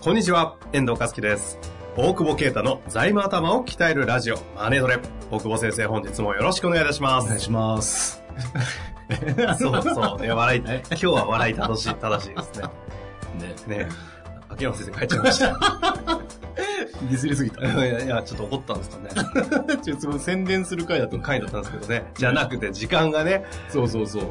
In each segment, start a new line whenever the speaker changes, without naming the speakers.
こんにちは、遠藤和樹です。大久保啓太の財務頭を鍛えるラジオ、マネトレ。大久保先生、本日もよろしくお願いいたしま
お願い
す。
します。
そうそう、いや笑い、今日は笑い正しい、正しいですね。
ね。
ね、秋山先生帰っちゃいました。
ディスりすぎた。
い やいや、ちょっと怒ったんですかね。
ちょっとすごい宣伝する回だったの
回だったんですけどね。じゃなくて、時間がね、
そうそうそう。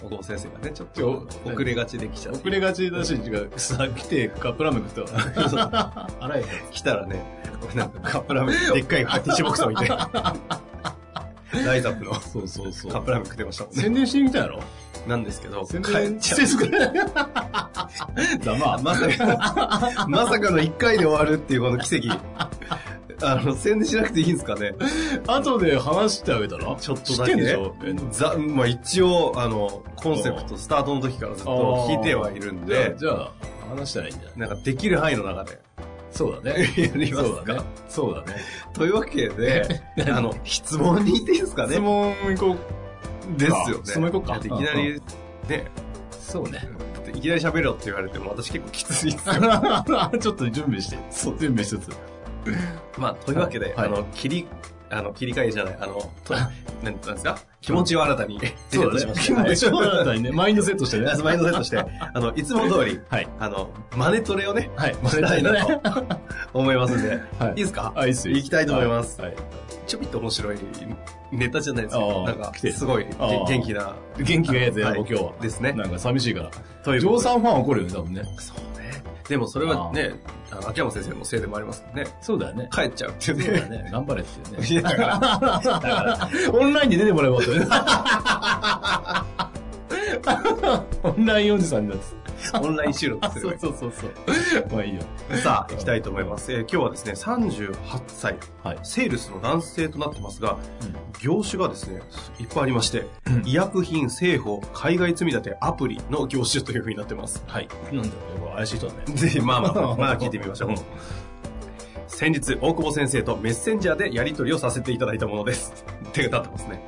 大久保先生がね、ちょっと遅れがちできちゃって。
遅れがちだし、違う。さ、来てカップラーメン食ったわ。 あらへん。
来たらね、なんかカップラーメン、でっかいティッシュボックス置いて。 ライザップのカ
そうそうそう。
ップラーメン食ってましたもんね。
宣伝してみたやろ
なんですけど、
宣
帰っ
伝
ちゃう
してすぐ らい。ざま あ。
まさか、まさかの1回で終わるっていうこの奇跡。あの、宣伝しなくていいんですかね。
後で話してあげたら
ちょっとだけ
知ってん
ね
でしょえ
ざまあ、一応、あの、コンセプト、スタートの時からずっと弾いてはいるんで、
じゃあ、話したらいいんじゃない
なんかできる範囲の中で
そうだね。
やりま
そ
す
うだ
か
ね。。そうだね。
というわけ で、あの、質問に行っていいですかね
質。問行こう。
ですよね。
質問行こうか
だっていきな
う
り、ね、
そうね。
だっていきなり喋ろって言われても私結構きついですよ。
ちょっと準備して。そう。準備しつつ。
まあ、というわけで、
はい
あの、切り、あの、切り替えじゃない、あの、となんなんですか 気持ちを新たに、
そ
セッ
う
ト
だ
しま
ね。
した
気持ちを新たにね、マインドセッ トしてね。
はいマインドセットして、あの、いつも通り、
はい。
あの、マネトレをね、
はい。
したいなと思いますんで、
はい
い、いですか
あ、いいっすよ。
行きたいと思います。
はい。
ちょびっと面白いネタじゃないですか。
あー
なんか
来て、る
すごいげ
あー
元気な、
元気がええぜ、
は
や
い
っぱ今日は。
ですね。
なんか寂しいから。
という
ジョ
こ
ー
とで
さんファン怒るよね、多分ね。
そうね。でもそれはね、あの秋山先生のせいでもありますもんね。
そうだよね。
帰っちゃうってい
そうう
ね。
だね。 頑張れっていう
い
ね。
やだから、だから、
オンラインで出てもらえばよね。 オンラインおじさんにな って
オンライン収録
た。
する
そ
わ
う
け
そうそうそう。まあいいよ。
さあ、行きたいと思います。えー今日はですね、38歳、
はい
セールスの男性となってますが、
うん
業種がですね、いっぱいありまして、
うん
医薬品、製法、海外積み立て、アプリの業種というふうになってます。
はい。なんだよ、これ怪しい人だね。
ぜひ、まあま あ、まあ聞いてみましょう。先日、大久保先生とメッセンジャーでやり取りをさせていただいたものです。手が立ってますね。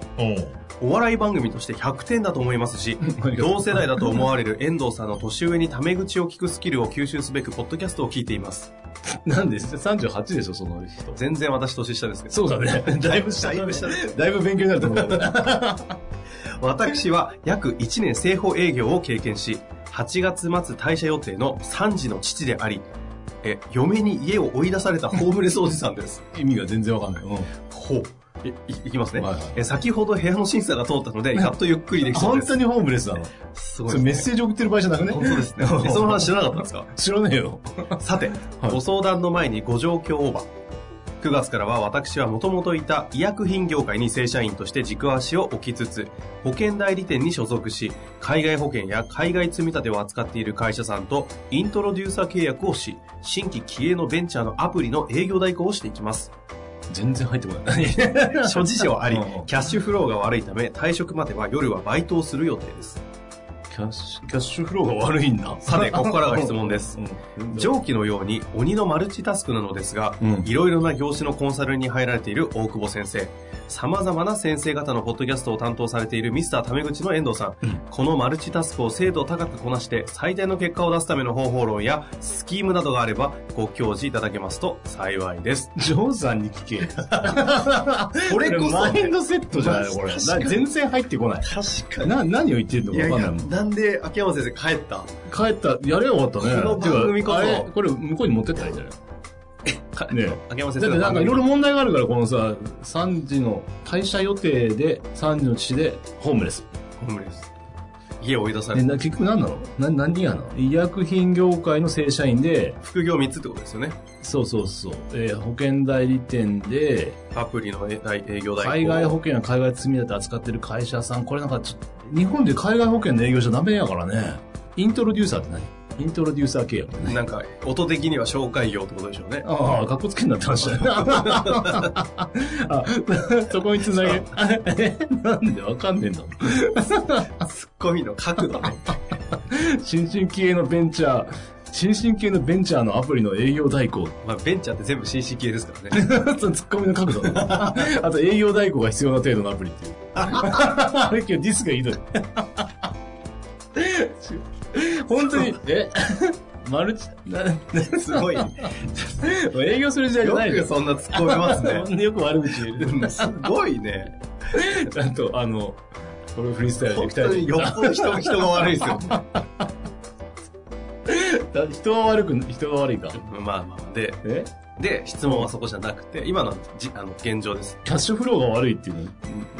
お
お笑い番組として100点だと思いますし、
う
同世代だと思われる 遠藤さんの年上にタメ口を聞くスキルを吸収すべく、ポッドキャストを聞いています。
なんで、38でしょ、その人。
全然私年下ですけど。
そうだね。だいぶ下
だいぶ下です
だいぶ勉強になると思う。
私は約1年製法営業を経験し、8月末退社予定の3児の父であり、え、嫁に家を追い出されたホームレスおじさんです。
意味が全然わかんない。うん。
ほう。え、い、いきますね。
はいはい
え、先ほど部屋の審査が通ったので、やっとゆっくりできそう
本
です。
当にホームレスなの。
す
そ
ご
れ
い
メ
で
ッ
すね。
セージ送ってる場合じゃなくね。
本当ですね。えその話知らなかったんですか
知らねえよ。
さて、
はい
ご相談の前にご状況オーバー。9月からは私はもともといた医薬品業界に正社員として軸足を置きつつ、保険代理店に所属し、海外保険や海外積み立てを扱っている会社さんとイントロデューサー契約をし、新規気鋭のベンチャーのアプリの営業代行をしていき ます。
全然入ってこない。
諸事情あり
うん、
キャッシュフローが悪いため退職までは夜はバイトをする予定です。
キャッシュ、キャッシュフローが悪いんだ。
さて、ここからが質問です。
うん
上記のように鬼のマルチタスクなのですが、
うん
いろいろな業種のコンサルに入られている大久保先生。様々な先生方のポッドキャストを担当されているミスタータメ口の遠藤さん。
うん
このマルチタスクを精度高くこなして、最大の結果を出すための方法論や、スキームなどがあれば、ご教示いただけますと幸いです。
ジョーさんに聞け。
こ
これマイン
ね、
ドセットじゃないこれ。
確かに
な全然入ってこない。
確か。
な、何を言ってんの
い
か
やい
わかんな
や、
いもん。
なんで秋山先生帰った
帰った、やれよかったね。
この番組こそ
てかあれこれ向こうに持ってったらいいんじゃない
か
ね
秋山先
だ
生
ってなんかいろ
ろ。
いろ問題があるから、このさ、3時の退社予定で、3時の父で、ホームレス。
ホームレス家を追い出さ
え
れた。
な結局何なのな何やなの医薬品業界の正社員で、
副業3つってことですよね。
そうそうそう、えー保険代理店で、
アプリの営営業代行
海外保険や海外積み立て扱ってる会社さん、これなんかちょっと、日本で海外保険の営業じゃダメやからね。イントロデューサーって何イントロデューサー契約って何
なんか、音的には紹介業ってことでしょうね。
ああ、かっこつけになってま したね。あ、そこにつなげ、 えなんでわかんねえんだ
ツッコミの角度ね。
新進気鋭のベンチャー、新進気鋭のベンチャーのアプリの営業代行。
まあ、ベンチャーって全部 CC 系ですからね。
そのツッコミの角度。あと営業代行が必要な程度のアプリっていう。あれ今日ディスがひどい。本当に、えマルチ、な
すごい。よ
営業する時代じゃない
く
です
そんな突っ込みます ね。
よく悪口言える。
うんすごいね。
ちゃんと、あの、これをフリースタイルで行
本
きたい
当
と
によっぽど人人が悪い ですよ。
だ人は悪くな、人は悪いか。
まあまあ、で、
え
で、質問はそこじゃなくて、今のじあの現状です。
キャッシュフローが悪いっていうのは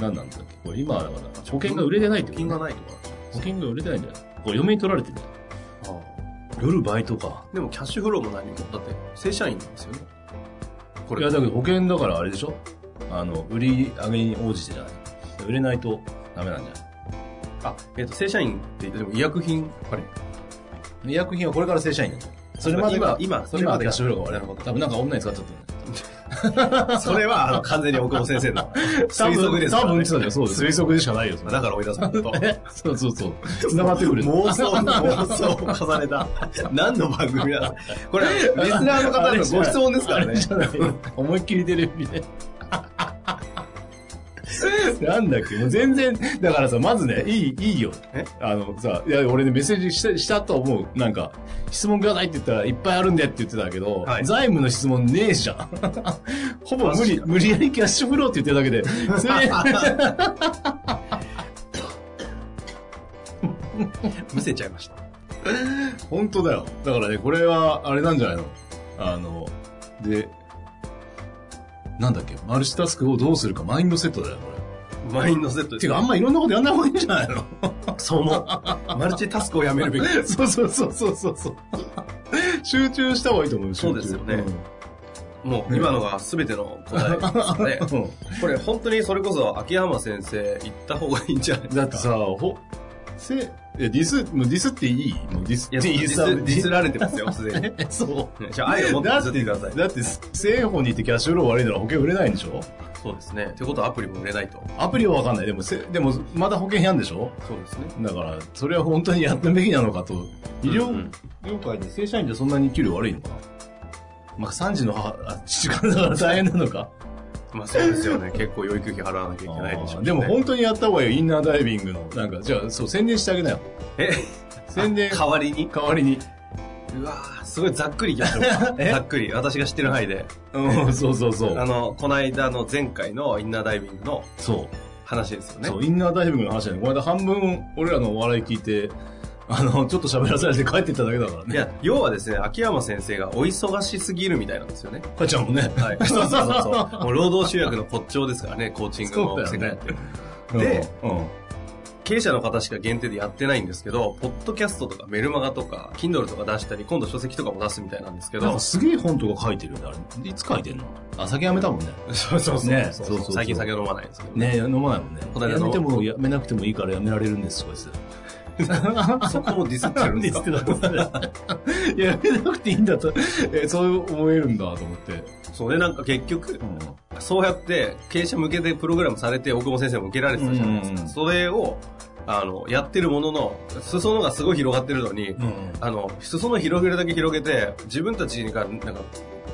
何なんだっけこれ今はだから保険が売れてないって
保
こ
険が
とね、
ないとか。
保険が売れてないんだよ。これ嫁に取られてる。夜バイトか。
でもキャッシュフローも何も。だって、正社員なんですよね。こ
い
れ
や、。だけど保険だからあれでしょあの、売り上げに応じてじゃない。売れないとダメなんじゃない
あ、えっ、と、正社員って言っても医薬品、あれ
医薬品はこれから正社員なんだよ。それまでが、
今、今、そ
そ
れ
れま
ま
で
で
キ
が
ャッシュフローが悪い
なるほど
多分なんか女に使っちゃってるんだよ。
それは、あの、完全に大久保先生の推測ですか
多
ら
分
ね、
言ってたじゃん。そうです。推測でしかないよ。それ
だから追い出さんと。
そうそうそう。繋がってくる。
妄想、妄想を重ねた。 何の番組だこれ、リスナーの方のご質問ですから
あ
ね
れ。じゃない 思いっきりテレビで。 なんだっけもう全然、だからさ、まずね、いい、いいよ
え。
あのさ、いや、俺ね、メッセージしたしたと思う。なんか、質問くださいって言ったら、いっぱいあるんでって言ってたけど、
はい
財務の質問ねえじゃん。 ほぼ無
確
理、
かに
無理やりキャッシュフローって言ってるだけで、それ、
むせちゃいました。
本当だよ。だからね、これは、あれなんじゃないのあの、で、なんだっけ、マルチタスクをどうするかマインドセットだよ、これ。
マインドセットで
て
す。
か、あんまいろんなことやんない方がいいんじゃないの
そう思う。マルチタスクをやめるべき。
そうそうそうそうそうそう。集中した方がいいと思うよ集中
そうですよねもう、今のが全ての答え ですね。
うんうん
これ、本当にそれこそ、秋山先生、行った方がいいんじゃないです
だ
か。
ってさ、ほ、せ、え、ディス、もうディスっていいもうディスっ
いや、
て
デ
いい
ィス、
さ
ディスられてますよ、す でに。
えそう。
じゃあ、愛を持って
だ
譲
っ
って
て、
ください。
だって、正方にいてキャッシュフロー悪いなら保険売れないんでしょ
そうですね。ということはアプリも売れないと。
アプリはわかんない。でも、せ、でも、まだ保険やんでしょ
そうですね。
だから、それは本当にやってるべきなのかと。医療、
うん
業界で正社員でそんなに給料悪いのかなまあ、3時の母、あ父からだから大変なのか。
まあそうですよね。結構養育費払わなきゃいけないでしょう、ね。
でも本当にやった方がいいよ、インナーダイビングの。なんか、じゃあ、そう、宣伝してあげなよ。
え
宣伝、
代わりに
代わりに。
うわーすごいざっくりいきましょうか
え
ざっくり。私が知ってる範囲で。
うん、そうそうそ
あ
う。
の、この間の前回のインナーダイビングの
そう。
話ですよね
そ。う、インナーダイビングの話だね。この間半分、俺らのお笑い聞いて、あの、ちょっと喋らされて帰っていっただけだから
い
ね。
や、要はですね、秋山先生がお忙しすぎるみたいなんですよね。
母ちゃんもね。
はい。そう そうそうそう。もう労働集約の骨頂ですからね、コーチングの世
そうだ
界
よ
っ
ね
て。
で
で、
うん。
経営者の方しか限定でやってないんですけど、ポッドキャストとかメルマガとか、Kindle とか出したり、今度書籍とかも出すみたいなんですけ
なん
ど
か、すげえ本とか書いてるんだ。あれいつ書いてんのあ、酒やめたもんね。
そうそうそう。
ね
そう
そ
そ
うそううそう
最近酒飲まないんですけど。
ね飲まないもんね。
この間
や
の
めてもやめなくてもいいからやめられるんです、こいつ。
そこも ディスってるんですか
い ややめなくていいんだと、えそう思えるんだと思って。
そうね、なんか結局、そうやって経営者向けてプログラムされて、大久保先生も受けられてたじゃないですか。
うんうん
それを、あの、やってるものの、裾野がすごい広がってるのに、
うん
あの、裾野広げるだけ広げて、自分たちが、なんか、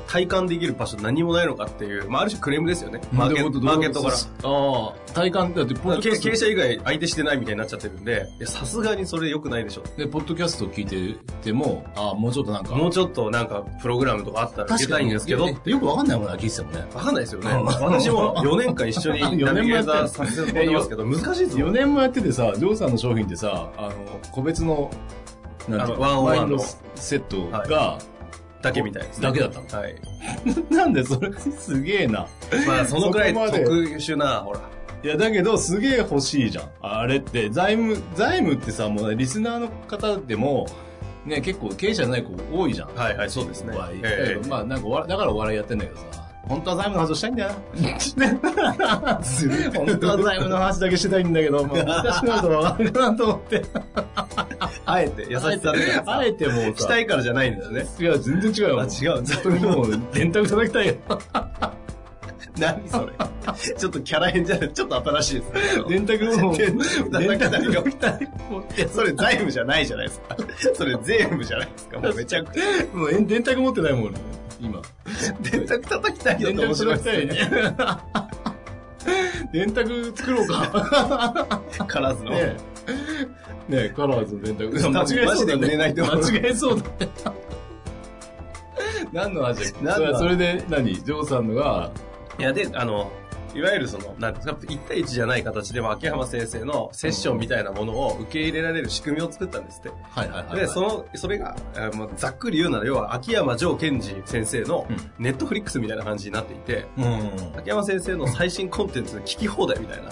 体感できる場所何もないのかっていう、まあ、ある種クレームですよね。マーケット、マーケットから。
ら。ああ、体感、だってポッドキ
経
ャ
経営
ス
者以外相手してないみたいになっちゃってるんで、いやさすがにそれ良くないでしょ。
ト、で、ポッドキャスト聞いてても、ああ、もうちょっとなんか、
もうちょっとなんか、プログラムとかあったら受けたいんですけど、
えよくわかんないもんね、聞いててもね。
わかんないですよね。
うん
私も4年間一緒にナ
4年
ビ
も
ゲー
やってる
ターさせてもらって ますけど、難しいですよ
4
ね。
年もやっててさ、ジョーさんの商品ってさ、あの、個別の、なていうの
あのワンオンワンの
マインドセットが、
だけみたいですね。
だけだったの
はい。
なんでそれすげえな。
まあ、そのくらい
そこまで
特殊な、ほら、
いや、だけど、すげえ欲しいじゃん。あれって、財務、財務ってさ、もうね、リスナーの方でも、ね、結構経営者じゃない子多いじゃん。
はいはい、そうですね。
怖い
ええ
まあ、なんかお笑い、だからお笑いやってんだけどさ。 本当は財務の話をしたいんだよな。本当は財務の話だけしたいんだけど、もう難しくなると分かるかなと思って。
あえて、優しさみたいなさ
あえてもう
したいからじゃないんですね。
いや、全然違うよ。
あ違う
ずっともう、電卓叩きたいよ。
何それ。ちょっとキャラ変じゃない、ちょっと新しいですね。
電卓もう、
電電卓叩
叩きたい。
いやそれ財務じゃないじゃないですか。それ税務じゃないですか。もうめちゃくちゃ。
もう、え電卓持ってないもん、俺今。
電卓叩きたいよ
電
と面
卓
白い
叩
で
きた
す
い
ね。
ね。電卓作ろうか。
カラーズの。
ねえ。ねえ、カラーズの電卓。
多分マジで売れないと思う
間違えそうだね。何の話だっけ
何の話
それで何、ジョーさんのが、
いや、で、あの、いわゆるその、なんですか、1対1じゃない形でも秋山先生のセッションみたいなものを受け入れられる仕組みを作ったんですって。
はいはい
で、その、それが、えーまあざっくり言うなら、要は秋山城賢治先生の
うん
ネットフリックスみたいな感じになっていて、
うん。
秋山先生の最新コンテンツの聞き放題みた い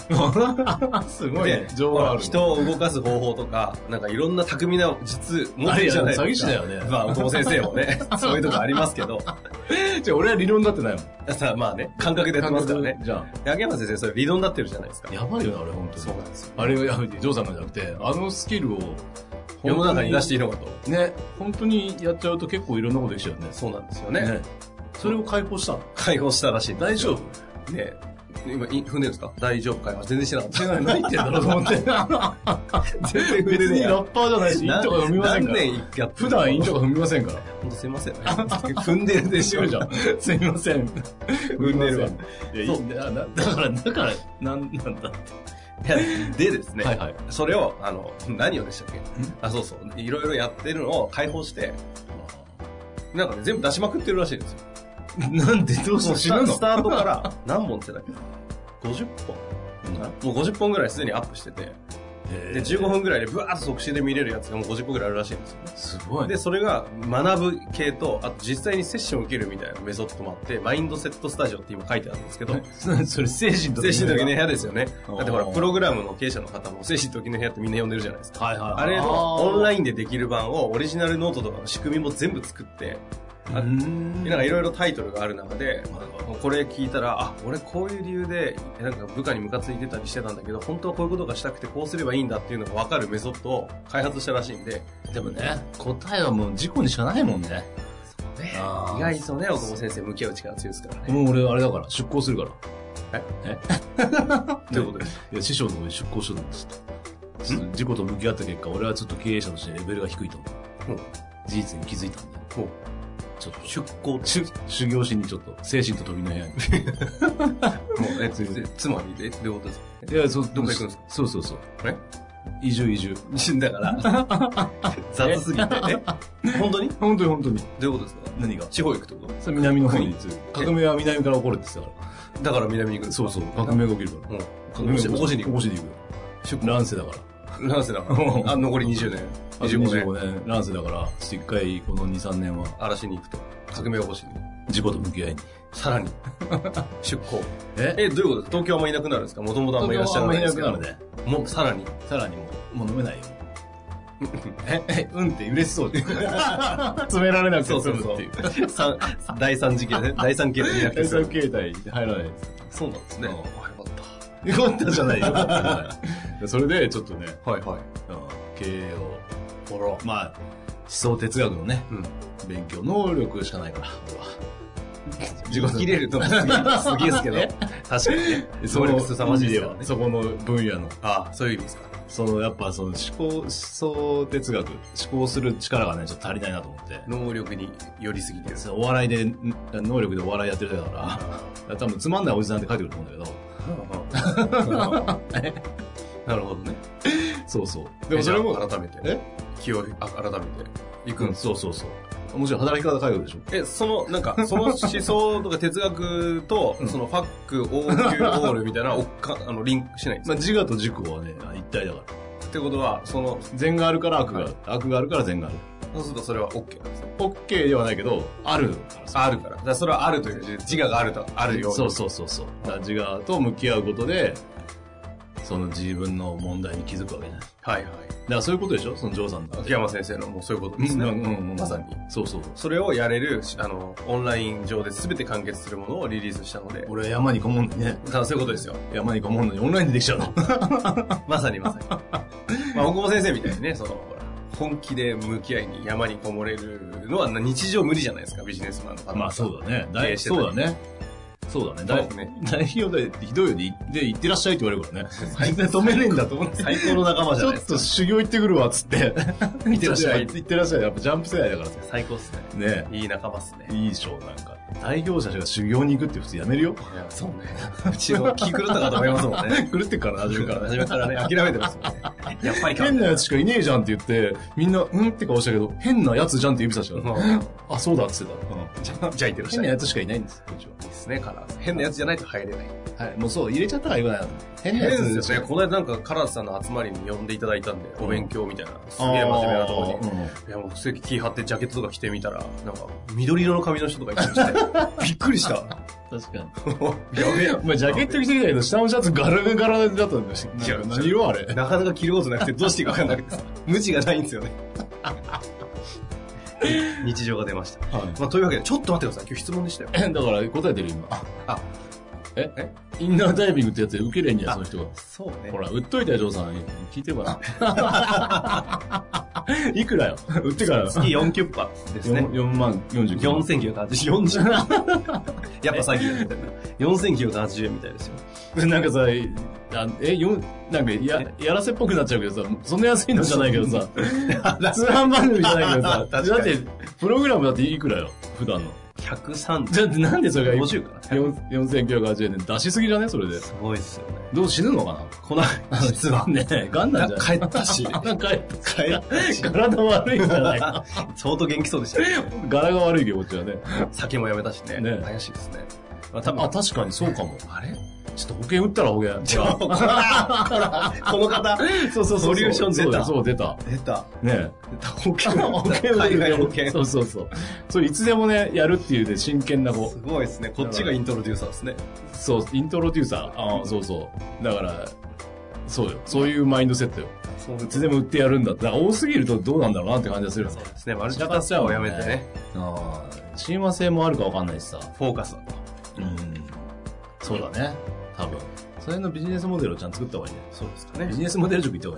な。
すごい
で
ね。情報あ
ほ
る
ら
ね。
人を動かす方法とか、なんかいろんな巧みな実、持ってるじゃない
あれ
ですか。
詐欺師だよね
まあ、小野先生も ね、そういうとこありますけど、
じゃあ俺は理論になってないもん。
さあまあね、感覚でやってますからね。
じゃあ。
で秋山先生、それ理論になってるじゃないですか。
やばいよな、俺、本当に。
そうなんですよ。
あれをやめて、ジョーさんがじゃなくて、あのスキルを、
世の中に出してい
い
いのかと。
ね、本当にやっちゃうと結構いろんなことできちゃうよね。
そうなんですよね。
それを解放したの。
解放したらしいんで
大丈夫
す。ね今、い踏んでるんですか大丈夫解放。全然してなかっ
違う、 何言ってんだろうと思って。
た。 全然踏んで
別
ねえ
に
や
ラッパーじゃないし、インとか踏みませんか
何
ら。
年やって
普段インと
か。
か踏みません から。
ほんとすいません。 踏んでるでし
違
ょ。
うじゃん。すいません。
踏んでるわ。い
いやいいんだよなだから、だから、なんなんだっ
やでです
て。
ね、
はいはい。
それを、あの、何をでしたっけあ、そうそう。いろいろやってるのを解放して、なんかね、全部出しまくってるらしいんですよ。
なんでどう
も
した
うス
死ぬ
タ
の
スタートから何本ってだっけ ?50 本もう50本ぐらいすでにアップしてて、で、15分ぐらいでブワーッと即死で見れるやつがもう50個ぐらいあるらしいんですよ。
すごいね
で、。それが学ぶ系と、あと実際にセッションを受けるみたいなメソッドもあって、マインドセットスタジオって今書いてあるんですけど、
それ精神と
精神時の部屋ですよね。
あー
だってほら、プログラムの経営者の方も精神時の部屋ってみんな呼んでるじゃないですか。
はいはい
あれのオンラ
イ
インでできる版をオリジナルノートとかの仕組みも全部作って、あ
ン
なんかいろいろタイトルがある中で、これ聞いたら、あ、俺こういう理由で、なんか部下にムカついてたりしてたんだけど、本当はこういうことがしたくてこうすればいいんだっていうのが分かるメソッドを開発したらしいんで、
でもね、答えはもう事故にしかないもんね。
ね
あー
意外とね、岡本先生向き合う力強いですからね。
もう俺あれだから、出向するから。ええ
ということです。
いや、師匠の方に出向しようと思ってたちょっと事故と向き合った結果、俺はちょっと経営者としてレベルが低いと思う。
うん
事実に気づいたんだよ。
ほう
ちょっと出向、しゅ修行しにちょっと、精神と飛びの 部屋に。
もう、え、つつまり、え、どういうこと ですか
いや、そう、
どこ行くんですか
そうそうそう。
あれ
移住移住。
死んだから、雑すぎて。え本当にど
本当に本当に。
ういうことですか
何が
地方行くってこと
それ南の方に移る。革命は南から起こるって言ってたから。
だから南 に行く
そうそう、革命が起きるか
うん。
ら。
起こし起こしに行
起こしに行く。乱世だから。
く。なんせだから。あ、残り20年。
あと
25年。
25年、乱世だから、ちょっと一回この2、3年は、
嵐に行くと。革命起こしに。
事故と向き合いに。
さ らに、出向。
え
え、どういうことです東京あんまいなくなるんですかもともとあんまいらっしゃらないですけど。
ね。
もう、さらに。
さらにもう、もう飲めないよ。 え、え、うんって嬉しそう で。詰められなく
そうそ
て済
う
む
そ
っ
う
ていう。。
三第三次元 ね。第三形態になって
対
る。
策形態入らないです。
そうなんですね。
うん
あよかっ
よかったじゃないよかったじゃない。 それで、ちょっとね、
た。はいはい。
うん経営を、フォローまあ、思想哲学のね、
うん
勉強能力しかないから、俺は。
自己切れるとすげえ、すげえですけど。 確かにね。
そ
能
の
力凄まじいですから
意味
ね
は。そこの分野の、
ああ、そういう意味ですか。
そのやっぱその思考、思想哲学、思考する力がね、ちょっと足りないなと思って。
能力に寄りすぎてる。
そのお笑いで、ん能力でお笑いやってる人だから、 多分つまんないおじさんって書いてくると思うんだけど、
なるほどね。
そうそう。
で
で
もそ
もそ
れ
れ
も
も、
改めて。
え
気を、あ改めて。行くん
う
で
ん、
す。
そうそうそう。もちろん働き方書いてくるでしょ。
え、その、なんか、その思想とか哲学と、そのファック、応急、オールみたいな、おっか、あの、リンクしないんです
ま
か
あ自我と自己はね、一体だから。
ってことは、その、
善があるから悪がある。悪があるから善がある。
そうするとそれは OK なんですね。
オッケーではないけど、あるからさ。
あるから。だからそれはあるという、自我があると、あるように。
そうそうそうそう。だから自我と向き合うことで、その自分の問題に気づくわけじゃない。だか
はいは
らそういうことでしょそのジョーさんだ
い。秋山先生のもうそういうことですね。まさに。
そうそう。
それをやれる、あの、オンライン上で全て完結するものをリリースしたので、
俺は山にこもんのにね。
ただそういうことですよ。
山にこもんのにオンラインでできちゃうの。
まさにまさに。 まあ、大久保先生みたいにね、その、ほら本気で向き合いに山にこもれるのは日常無理じゃないですか、ビジネスマンの方
まあそうだね。
経営
大
してたり
そうだね。そうだね。
そう
大
ですね
大企業でひどいよね。で、行ってらっしゃいって言われるから ね。全然止めねえんだと思って。
最高の仲間じ
ち
ゃ
ょ
ないで
っ
す
と
か。
修行行ってくるわ、つ って。
行ってらっしゃい
行ってらっしゃい。やっぱジャンプ世代だからさ。
最高っすね。
ね
いい仲間っすね。
いいでしょ、なんか。大業者が修行に行くって普通やめるよ。
いや、そうね。 うちの気狂ったかと思いますもんね。
狂ってっから、初めから。
初めからね、諦めてますもんね。やっぱりか。
変なやつしかいねえじゃんって言って、みんな、うんって顔したけど、変なやつじゃんって指さした
う
の。
ん
あ、そうだっつってた。
じゃあ、じゃあ行ってらっしゃい。
変な
で
やつしかいないんです、こっち
すね、カラー。変なやつじゃないと入れない。
は。はい、もうそう、入れちゃったからよくないな。変
変
なやつ
ですよね。この間なんかカラスさんの集まりに呼んでいただいたんで、お勉強みたいな、すげえ真面目なとこに。
に。
いや、もう席気張ってジャケットとか着てみたら、なんか、緑色の髪の人とかいてまして、 びっくりした。や
確かに。
べえ。
まあ、ジャケット着てきたけど、下のシャツガラガラだったんですよ。
いや
何色あれ
なかなか着ることなくて、どうしていいかわかんなくてさ、無知がないんですよね。日常が出ました。
は
まあ、というわけで、ちょっと待ってください。今日質問でしたよ。
い。だから答えてる今。
あ、
え
え
インナーダイビングってやつ受けれんじゃん、その人が。
そうね
ほら、売っといたよ、ジョーさん。聞いてご らん。いくらよ。売ってから。
月4キュッパですね
4。4万49万。
4980円。やっぱ詐欺みたいな。4980円みたいですよ。
なんかさ、あえ、よん、なんかや、やらせっぽくなっちゃうけどさ、そんな安いのじゃないけど さ、通販番組じゃないけどさ、だ
確か
っ
に
て、プログラムだっていくらよ、普段の。
130
だってなんでそれが
50かな。
4 4980円で出しすぎじゃねそれで。
すごいですよね。
どう死ぬのか
この、
な
実は。
ねえ、ガンなんじゃない
帰ったし、
なんか
帰ったし。
体悪いんじゃない か
相当元気そうでしたね。
柄が悪いけど、こっちはね。
酒もやめたしね。
ね
怪しいですね。まあ、多分
あ、確かにそうかも。
あれ
ちょっと保険打ったら保険。
ちょこの方、
そうそうそうそう。
ソリューション出た
そうそう、出た。
出た。
ねえ。
出た、保険。
保険を
海外保険。
そうそうそう。それいつでもね、やるっていうで真剣な子
す。ごいですね。こっちがイントロデューサーですね。
そう、イントロデューサー。ああ、そうそう。だから、そうよ。そういうマインドセットよ。
そう
いつでも売ってやるんだ。だから多すぎるとどうなんだろうなって感じがするよね。
ですね。マルチタスクをやめてね。
ああ、親和性もあるかわかんないしさ。
フォーカスだと。
うん。そうだね。多分。それのビジネスモデルをちゃんと作った方がいいね。
そうですか
ビ。ジネスモデル塾行っ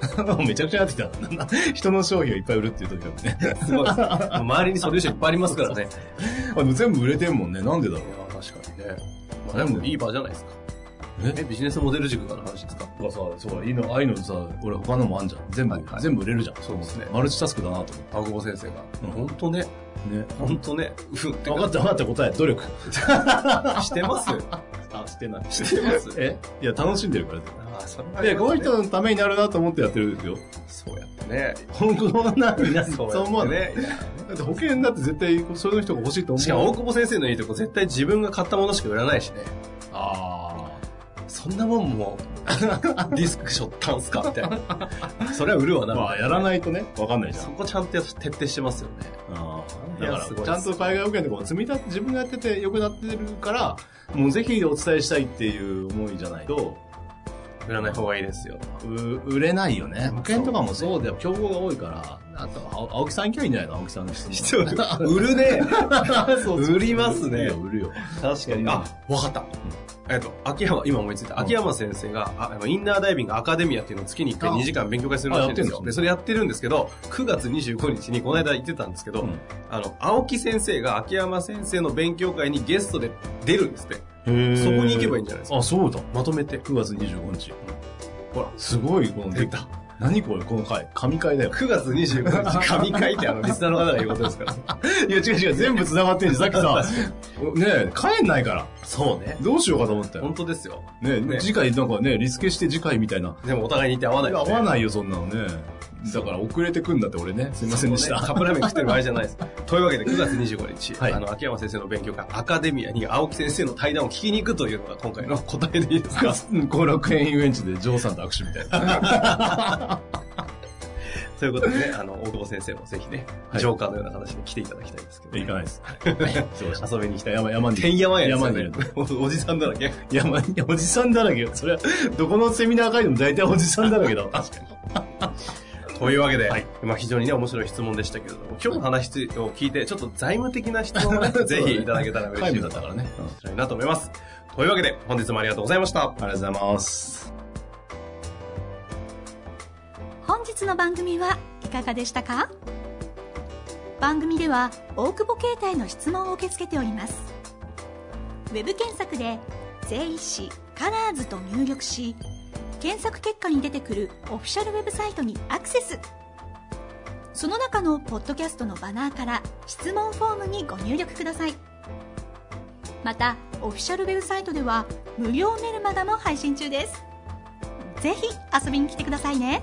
た 方がいいんだめちゃくちゃやってきた。人の商品をいっぱい売るっていう時だもんね。
すごいですね。周りにソリューションいっぱいありますからね。
あでも全部売れてんもんね。なんでだろう
い。や確かにね。まあでもいい場じゃないですか。
え
え、ビジネスモデル塾からの話ですか
とかさ、そう、いいの、ああいうのさ、俺他のもあんじゃん。全部、
はいはい
全部売れるじゃん。
そうですね
マルチタスクだなと思
青久保先生が。
うん
本当ね、
って。ね。
本当ね、うふって
分かった分かった答え、努力。
してます
あ、してない。
してます
えいや、楽しんでるか
ああ、それ
ら。
はい
や、この人のためになるなと思ってやってるよ。
そうやってね。
本当な、みんな
そ
そうう
やって
思うね。
ね。いや
だって保険だって絶対、そういう人が欲しいと思う。
しかも大久保先生のいいとこ絶対自分が買ったものしか売らないしね。
あ
そんなもんも、 ディスクしょったんすかみたいな。それは売るわ
あ。
な。
まあ、やら
い。
ないとね、分かんないじゃ
そ
ん。
こちゃんと徹底してますよね。
あー
いや
だ
す
か
ごい
ら、ちゃんと海外保険とかも積み立て、自分がやってて良くなってるから、もうぜひお伝えしたいっていう思いじゃないと、
売らない方がいいですよ。
う売れないよね。保険とかもそうだよ。競合が多いから。あと、青青木さん今日いないの青木さんの質問。
必要 売る ね。売りますね
売るよ売るよ。
確かに。あ、わかった。えっと、秋山、今思いついた。秋山先生が、ああのインナーダイビングアカデミアっていうのを月に1回
あ
2時間勉強会するらしいんです
あや
よ
っ。てんの
で、それやってるんですけど、9月25日にこの間言ってたんですけど、
うん
あの、青木先生が秋山先生の勉強会にゲストで出るんですって。そ
そ
こに行けばいいんじゃないですか
あ、そうだ。
まとめて。
9月25日。
ほら、
すごい、この
出た。
何これ、この回。神回だよ。
9月25日、神会ってあの、リスナーの方が言うことですから。
いや、違う違う、全部繋がってんじゃん。さ っきさ、ねえ、帰んないから。
そうね。
どうしようかと思ったよ
本。当ですよ。
ねえ
ね
次回、なんかね、リスケして次回みたいな。
でもお互いに言って合わないい
や
よ
合
ね、
わないよ、そんなのね。だから、遅れてくんだって、俺ね。すいませんでし
そ
た
うね。カップラーメン食ってる場合じゃないです。というわけで、9月25日、
はい
あの、秋山先生の勉強会、アカデミアに青木先生の対談を聞きに行くというのが今回の答えでいいですか
後楽園遊園地でジョーさんと握手みたいな。
ということでね、あの、大久保先生もぜひね、
はい
ジョーカーのような形で来ていただきたいですけど、
行かないです。 そうです
遊びに来たい。
山、山に。
てんやわんやです
山
よ
に
ね。おおじさんだらけ。
山に、おじさんだらけよ。それは、どこのセミナー会でも大体おじさんだ らけだわ。確かに。
というわけで、
はい
まあ非常にね、面白い質問でしたけれども、今日の話を聞いて、ちょっと財務的な質問を ね、ぜひいただけたら嬉しい
だ
な
っ
と
たからね。うん
面白いなと思います。というわけで、本日もありがとうございました。
ありがとうございます。
本日の番組はいかがでしたか番組では大久保携帯の質問を受け付けておりますウェブ検索で「税理士カラーズと入力し検索結果に出てくるオフィシャルウェブサイトにアクセスその中のポッドキャストのバナーから質問フォームにご入力くださいまたオフィシャルウェブサイトでは無料メルマガも配信中ですぜひ遊びに来てくださいね